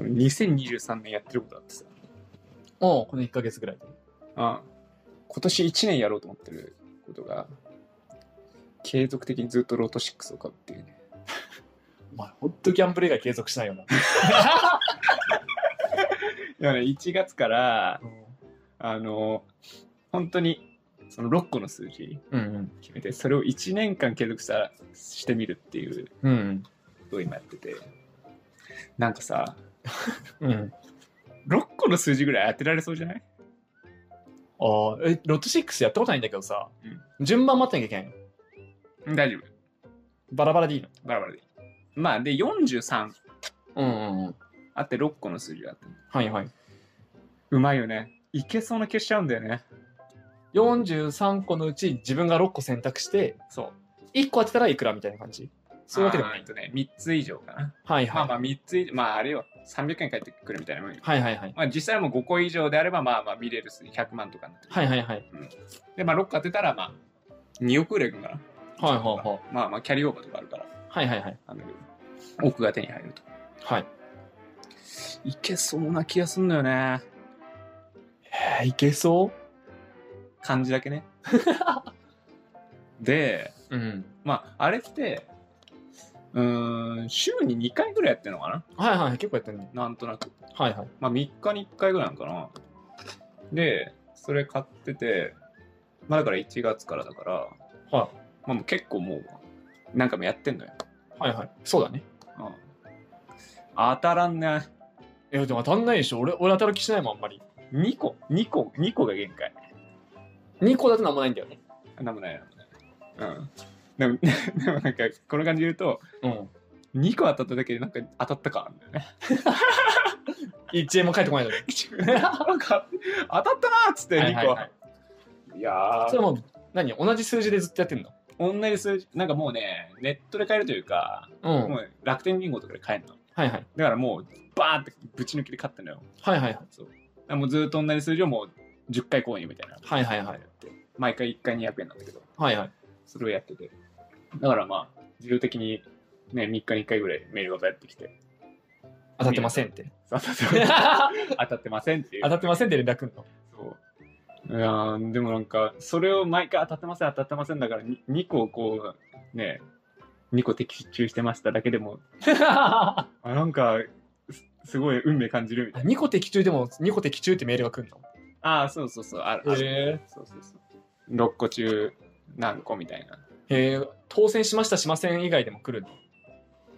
2023年やってることあってさ、おうこの1ヶ月ぐらいで。あ今年1年やろうと思ってることが、継続的にずっとロート6を買うっていうね。お前、ほんとギャンブル以外継続しないよな。いやね、1月から、あの、本当に、その6個の数字うんうん。決めて、それを1年間継続したしてみるっていううんことを今やってて、なんかさ、うん。うん。 6個の数字ぐらい当てられそうじゃないああ、え、ロット6やったことないんだけどさ、順番待ってなきゃいけないの大丈夫。バラバラでいいのバラバラで。まあ、で、43うんうんうん。あって6個の数字があって。はいはい。うまいよね。いけそうな気しちゃうんだよね。 43個のうち自分が6個選択して、そう。 1個当てたらいくらみたいな感じそういうわけでもなあーえいっ。とね、3つ以上かな。はいまはあい。まあ3つ以上、まああれよ、300円返ってくるみたいなもんよ。はいはいはい。まあ実際もう5個以上であれば、まあまあ見れるし、100万とかになってるはいはいはい。で、まあ6個当てたら、まあ2億ぐらいいくんかな。はいはいはい。まあまあキャリーオーバーとかあるから、はいはいはい。あの、億が手に入ると。はい。いけそうな気がすんのよね。えー、いけそ感じだ けね。で、ううん。まああれって、うーん、週に2回ぐらいやってるのかはいはい。結構やってんね。ななんとなく。はいはい。まあ、3日に1回ぐらいなのかな。で、それ買ってて、まあだから1月からだから、はまあもう結構もう、なんかもうやってんのよ。い。はいはい。そうだね。うん当たらんね。え、でも当たんないでしょ。俺、俺当たる気しないもん、あんまり。 2個、2個、2個が限界。 2個だとなんもないんだよね。なんもないなんもない。うん。でも、 でもなんか、この感じで言うと、うん。 2個当たっただけでなんか当たった感あるんだよね。 1円も返ってこないのに。なんか、当たったなーっつって2個。はいいはいはい。やーそれはもう、何同じ数字でずっとやってんの同じ数字、なんかもうね、ネットで買えるというか、うん。もう楽天ビンゴとかで買えるの。はいはい。だからもう、バーンってぶち抜きで勝ったのよ。はいはいはい。そう。だからもうずっと同じ数字をもう10回購入みたいな。はいはいはいやって。毎回1回200円なんだけど、はいはい。それをやってて。だからまあ、自動的にね、3日に1回ぐらいメールが返ってきて、当たってませんって。当たってませ ん 当当たってませんっていう。たってませんって連絡くん の。そう。いやーでもなんか、それを毎回当たってません、当たってませんだからに2、個こう、ね、2個的中してましただけでも、あなんか、すすごい運命感じるみたいな。 2個的中でも2個的中ってメールが来るのああ、そうそうそう、ある。あるへそうそうそう。6個中何個みたいな。え当選しましたしません以外でも来るの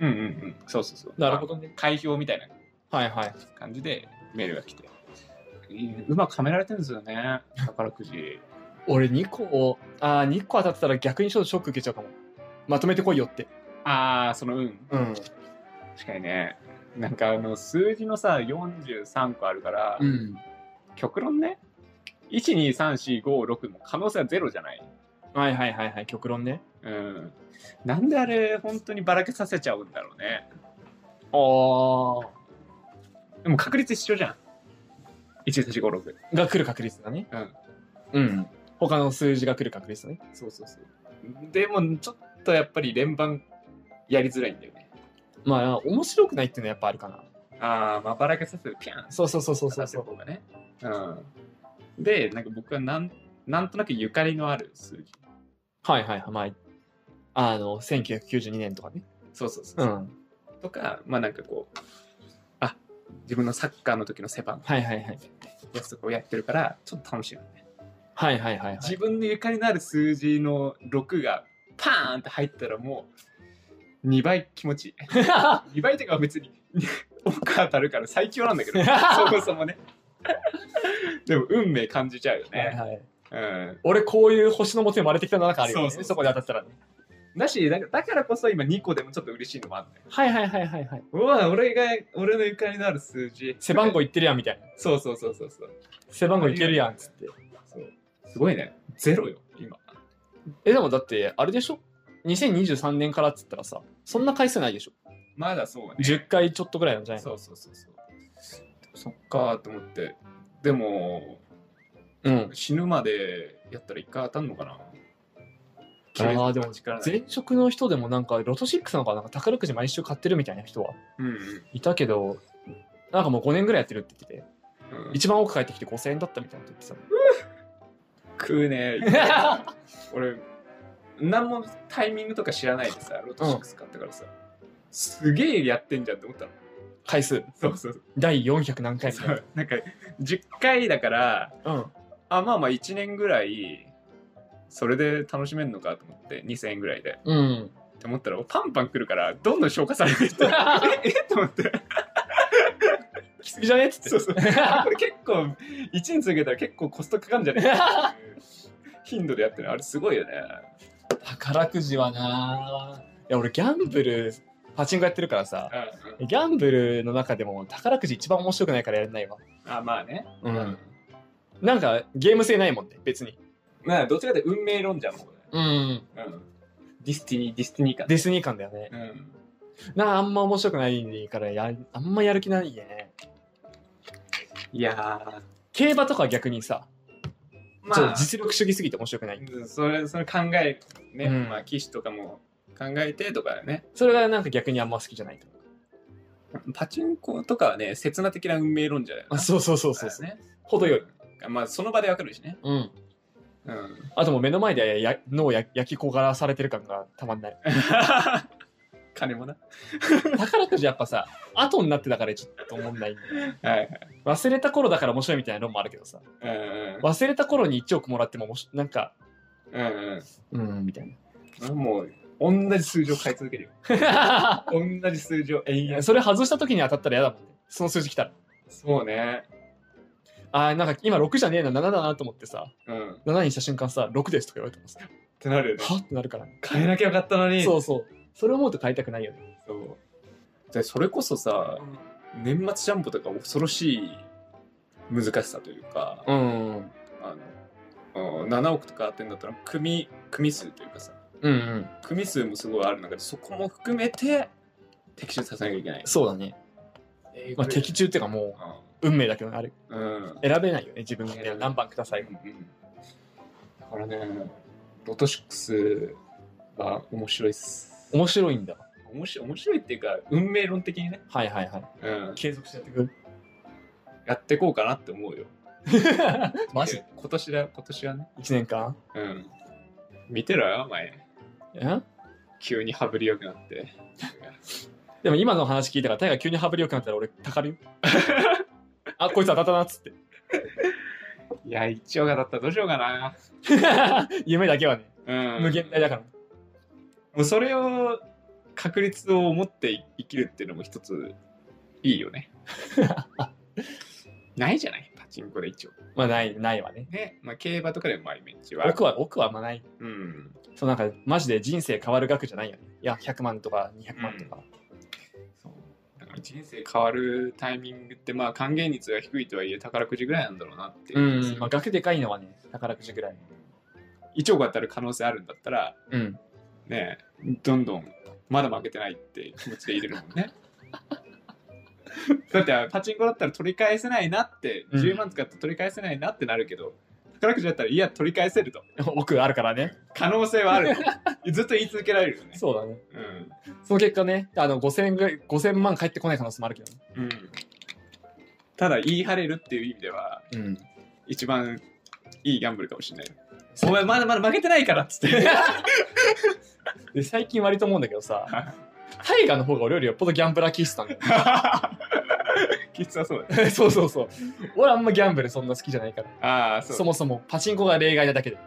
うんうんうん。そうそうそう。なるほど。どね開票みたいなはいはい感じでメールが来て。うんうまくはめられてるんですよね、宝くじ。俺2個をあー2個当たってたら逆にちょっとショック受けちゃうかもまとめてこいよって ああ、その運。うん確かにね。なんかあの数字のさ、43個あるから、ん極論ね、1,2,3,4,5,6も可能性はゼロじゃない。はいはいはいはい極論ねうん。なんであれ、本当にばらけさせちゃうんだろうね。あーでも確率一緒じゃん。1,2,3,4,5,6。が来る確率だねうんうん他の数字が来る確率だねそうそうそう。でも、ちょっとやっぱり連番やりづらいんだよね。まあ面白くないっていうのはやっぱあるかなああ、まあ、ばらけさせる、ピャンそうそうそうそうそさうせる方がね。うん。で、なんか僕はなんなんとなくゆかりのある数字。はいはいはいまああの1992年とかねそうそうそうう。んとか、まあなんかこう、あ自分のサッカーの時の背番号はいはいはいやつとかをやってるから、ちょっと楽しいよね。はいはいはいはい 自分のゆかりのある数字の6がパーンって入ったらもう、2倍気持ちいい。2倍とかは別に 奥当たるから最強なんだけ どそもそもねでも運命感じちゃうよはいね、はい、う俺こういう星のもとに生まれてきたのなんかあるよねそそうそうこで当たったらねん、だしだだからこそ今2個でもちょっと嬉しいのもあるねはいはいはいはいはいうわ俺が俺のゆかりのある数字背番号いいってるやんみたいな そうそうそうそうそう背番号いってるやんっつってそうすごいねゼロよ今えでもだってあれでしょ2023年からっつったらさそんな回数ないでしょまだそうね10回ちょっとぐらいなんじゃないそのうそうそうそうそっかーと思ってでもうん死ぬまでやったら1回当たんのかなあーでも力ない前職の人でもなんかロト6なんかなんか宝くじ毎週買ってるみたいな人はうんうんいたけどなんかもう5年ぐらいやってるって言ってて、うん一番多く帰ってきて5000円だったみたいなこと言って食う ねたの。俺何もタイミングとか知らないでさロト6買ったからさ、すげえやってんじゃんって思ったの回数、そうそうそう第400何回みたそいな。うなんか10回だからうん。あまあまあ1年ぐらいそれで楽しめんのかと思って2000円ぐらいでうん。って思ったらパンパン来るからどんどん消化されていって ええと思ってきすぎじゃねっつって。そうそうこれ結構1に続けたら結構コストかかんじゃ ねえかっていう頻度でやってるあれすごいよね宝くじはないや、俺ギャンブル、パチンコやってるからさ、うギャンブルの中でも宝くじ一番面白くないからやれないわ。んあまあねう。なんかゲーム性ないもんね、別に。まあどっちかって運命論者の方うん。だよ、うん、ディスティニーディスティニー感ディスニー感だよね。うんなあ、あんま面白くないからや、あんまやる気ないね。いや競馬とかは逆にさ、ーまちょっあと実力主義すぎて面白くない。それそれ考えね、うんまあ騎士とかも考えてとかだよねそれがなんか逆にあんま好きじゃないと。パチンコとかはね、刹那的な運命論者だよね。あ、そうそうそうそでそううそすう。ね。程よい。まあ、その場でわかるしね。うん。うん。 あともう目の前でや脳をや焼き焦がらされてる感がたまんない。金もな。宝くじやっぱさ、後になってだからちょっと思んないんだよ。はい忘れた頃だから面白いみたいなのもあるけどさ、はい。忘れた頃に1億もらっても面白い、なんか、うんうん。うーん、みたいうん。もう、同じ数字を買い続け るよ。な。同じ数字を い延や々。それ外した時に当たったら嫌だもんね。その数字来たら。そうね。あーなんか今6じゃねえな、7だなと思ってさ、うん。っ7にした瞬間さ、6ですとか言われてもさ、てなるよね。はってなるから。買えなきゃよかったのに。。そううそう。それ思うと買いたくないよね。そうでそれこそさ、年末ジャンボとか恐ろしい難しさというか、うん。あの、うん7億とかあってんだったら、組、組数というかさ、うんうん。組数もすごいある中でそこも含めて的中させなきゃいけない。そうだね。まあ、的中っていうかもう、運命だけどねあれ、うん。うん。選べないよね、自分で。何番ください。だからね、ロト6は面白いっす。面白いんだ。面白い面白いっていうか、運命論的にね、はいはいはい。うん、継続してやってくる。やっていこうかなって思うよ。 マジで今年だよ、今年はね。 1年間うん。見てろよ、お前。え急に羽振りよくなって。でも今の話聞いたから、タイが急に羽振り良くなったら俺、たかるよ。 あ、こいつ当たったなっつって。 いや、一応がだったらどうしようかな。夢だけはね、うん。無限大だから。もうそれを確率を持って生きるっていうのも一ついいよ ね。ないじゃないパチンコで一応。まあ、ない、ないわね。ね。まあ競馬とかでもまあイメージは。奥は、奥はまあない。うん。そうなんか、マジで人生変わる額じゃないよね。いや、100万とか200万とか。、そう。だから人生変わるタイミングってまあ還元率が低いとはいえ宝くじぐらいなんだろうなっていううん気がするまあ、額でかいのはね、宝くじぐらい。一億当たる可能性あるんだったら、うん。ねどんどんまだ負けてないって気持ちでいれるもん ねだってパチンコだったら取り返せないなって、うん10万使って取り返せないなってなるけど宝くじだったらいや取り返せると奥あるからね。可能性はある とずっと言い続けられるよねそうだね。うん、その結果ね、あの、5000円ぐらい、5000万返ってこない可能性もあるけどね。うん、ただ言い張れるっていう意味ではうん。一番いいギャンブルかもしれないお前まだまだ負けてないからっつって で最近割と思うんだけどさ、タイガーの方が俺よりよっぽどギャンブラー気質なんだよ。きつはそうだ そうそうそう。俺あんまギャンブルそんな好きじゃないから。ああそそうもそもパチンコが例外なだけで。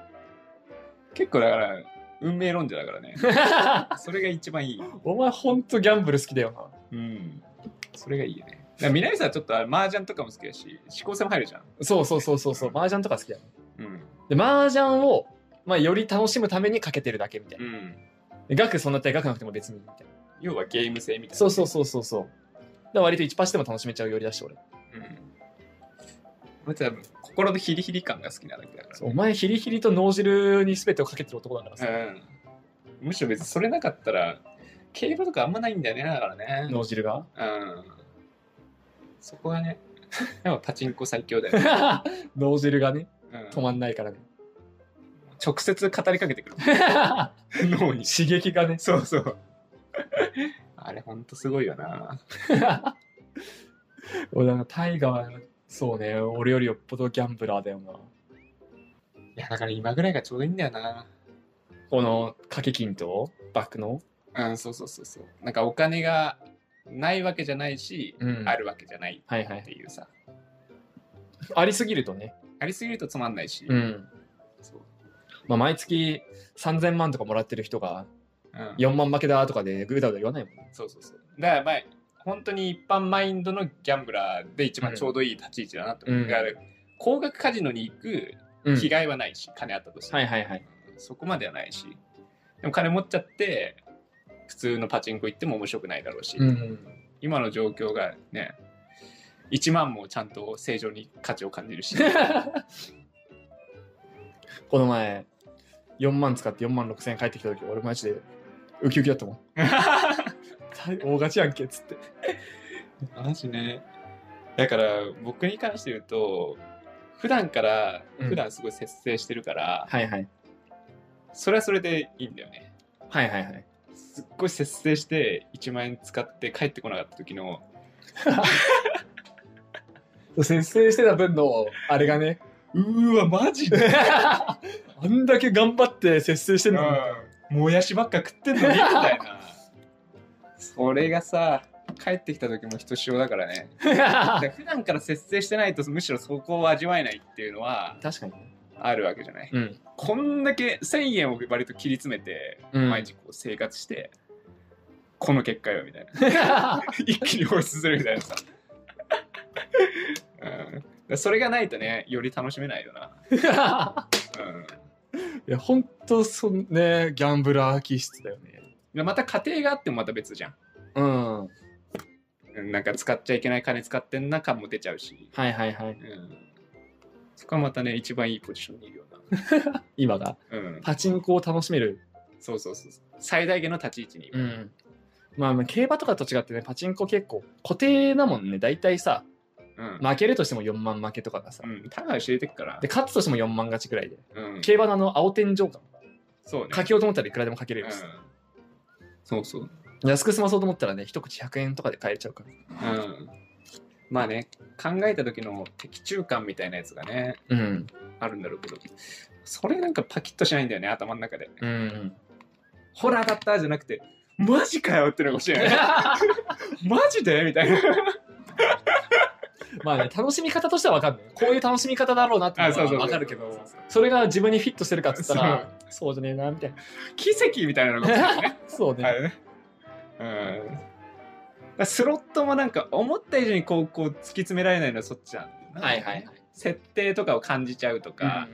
結構だから運命論者だからねそれが一番いい お前ほんとギャンブル好きだよな。うん。それがいいよね。だから南さんはちょっとあれ麻雀とかも好きだし、思考性も入るじゃん。そうそうそうそうそう。麻雀とか好きだよ。うん。で、麻雀を、まあ、より楽しむためにかけてるだけみたいうな。ん。で額そんなったり額なくても別にみたいな。要はゲーム性みたいな。そうそうそうそうそう。だから割と一パしても楽しめちゃうよりだし俺。う。うん。俺多分心のヒリヒリ感が好きなだけだから。そうお前ヒリヒリと脳汁に全てをかけてる男だからさ。ん。むしろ別にそれなかったら、競馬とかあんまないんだよね、だからね。脳汁 がうん。そこがね、 やっぱパチンコ最強だよね。脳汁がね、うん止まんない からね。直接語りかけてくる。脳に。刺激がね。そうそう。あれほんとすごいよな。俺なんかタイガー、そうね、俺よりよっぽどギャンブラーだよな。いや、だから今ぐらいがちょうどいいんだよな。この掛け金とバックの、うん、そうそうそうそう。なんかお金がないわけじゃないし、うんあるわけじゃないはいはっい。ていうさ。ありすぎるとね。ありすぎるとつまんないし。うん。そうまあ、毎月3000万とかもらってる人がうん、 4万負けだとかでグーダグダ言わないもんね。そうそうそう。だからまあ、本当に一般マインドのギャンブラーで一番ちょうどいい立ち位置だなって思う。うんだから、高額カジノに行くうん気概はないし、金あったとしてもはいはいはい。そこまではないし。でも金持っちゃって、普通のパチンコ行っても面白くないだろうし、うん。今の状況がね、1万もちゃんと正常に価値を感じるし。この前、4万使って4万6000円返ってきた時、俺マジでウキウキだったもん。大大勝ちやんけっつって。マジね。だから僕に関して言うと、普段から、うん普段すごい節制してるから、はいはい。それはそれでいいんだよね。はいはいはい。すっごい節制して1万円使って帰ってこなかった時の、節制してた分の、あれが ね、うーわ、マジであんだけ頑張って節制してんのに。もやしばっか食ってんのにみたいな。 それがさ、帰ってきた時も人塩だからね。だから普段から節制してないとむしろそこを味わえないっていうのは 確かに。あるわけじゃない。うん。こんだけ1000円を割と切り詰めて、うん毎 日こう生活して、この結果よみたいな 一気に放出するみたいなさ、うん、だからそれがないとねより楽しめないよな、うんいや、ほんと、そんね、ギャンブラー気質だよね。で、また家庭があってもまた別じゃんうん。はうんなんか使っちゃいけない金使ってんな感も出ちゃうし、いはいはい。うん、そこはまたね一番いいポジションにいるよ今が。うな、うん、パチンコを楽しめる。そうそうそうそう最大限の立ち位置にいる、ん。まあ、競馬とかと違ってね、パチンコ結構固定だもんね。大体さ、うん負けるとしても4万負けとかがさう。ん、ただ教えてくからで、、勝つとしても4万勝ちくらいで。うん、競馬のあの、青天井感。そうねかけようと思ったらいくらでもかけれるし。そうそう。安く済まそうと思ったらね、一口100円とかで買えちゃうから。うん。まあね、考えた時の的中感みたいなやつがね、うん。あるんだろうけど、それなんかパキッとしないんだよね、頭の中で。うん。ほら、当たったじゃなくて、マジかよってのが欲しいよね。 マジでみたいな。 まあね、楽しみ方としては分かんない。こういう楽しみ方だろうなっていうあ、そうそうのそう。は分かるけど、そうそそうそうれが自分にフィットしてるかっつったら、そうじゃねえな、みたいな。奇跡みたいなのが欲しいよね。そう あね。れねうん。だからスロットもなんか思った以上にこうこう突き詰められないのはそっちなんだよなはいはいはい。設定とかを感じちゃうとか、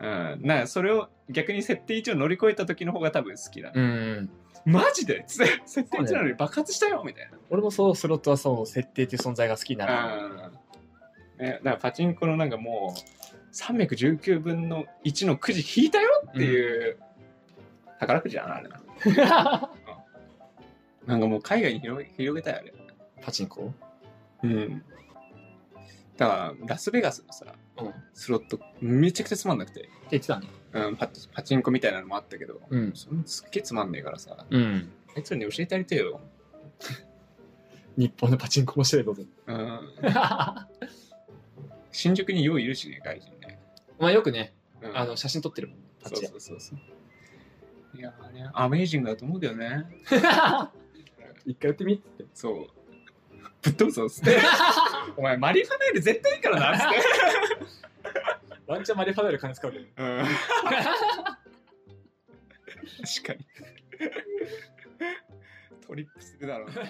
うん、なんかそれを逆に設定一を乗り越えた時の方が多分好きだ、うんうん、マジでつって設定一なのに爆発したよみたい俺もそうスロットはそう設定っていう存在が好きになる、な、うんね、だからパチンコのなんかもう319分の1のくじ引いたよっていう、宝くじだなあれななんかもう海外に広げ広げたいあれ パチンコうんだからラスベガスのさ、うんスロットめちゃくちゃつまんなくて、って言ってたねうん、パチパチンコみたいなのもあったけど、うん、それもすっげえつまんねえからさうん、あいつらに教えてやりてえよ日本のパチンコもしてるぞうんま新宿によういるしね、外人ね。あよくねうんあの写真撮ってるもんパそうチそうそうそう。いやーね、アメージングだと思うんだよね。 一回やってみっつってそう。ぶっ飛ぶぞっつ って。お前、マリファナイル絶対いいからなっつって。ワンチャンマリファナイル金使うけど うん。 確かに。トリップするだろうな。ね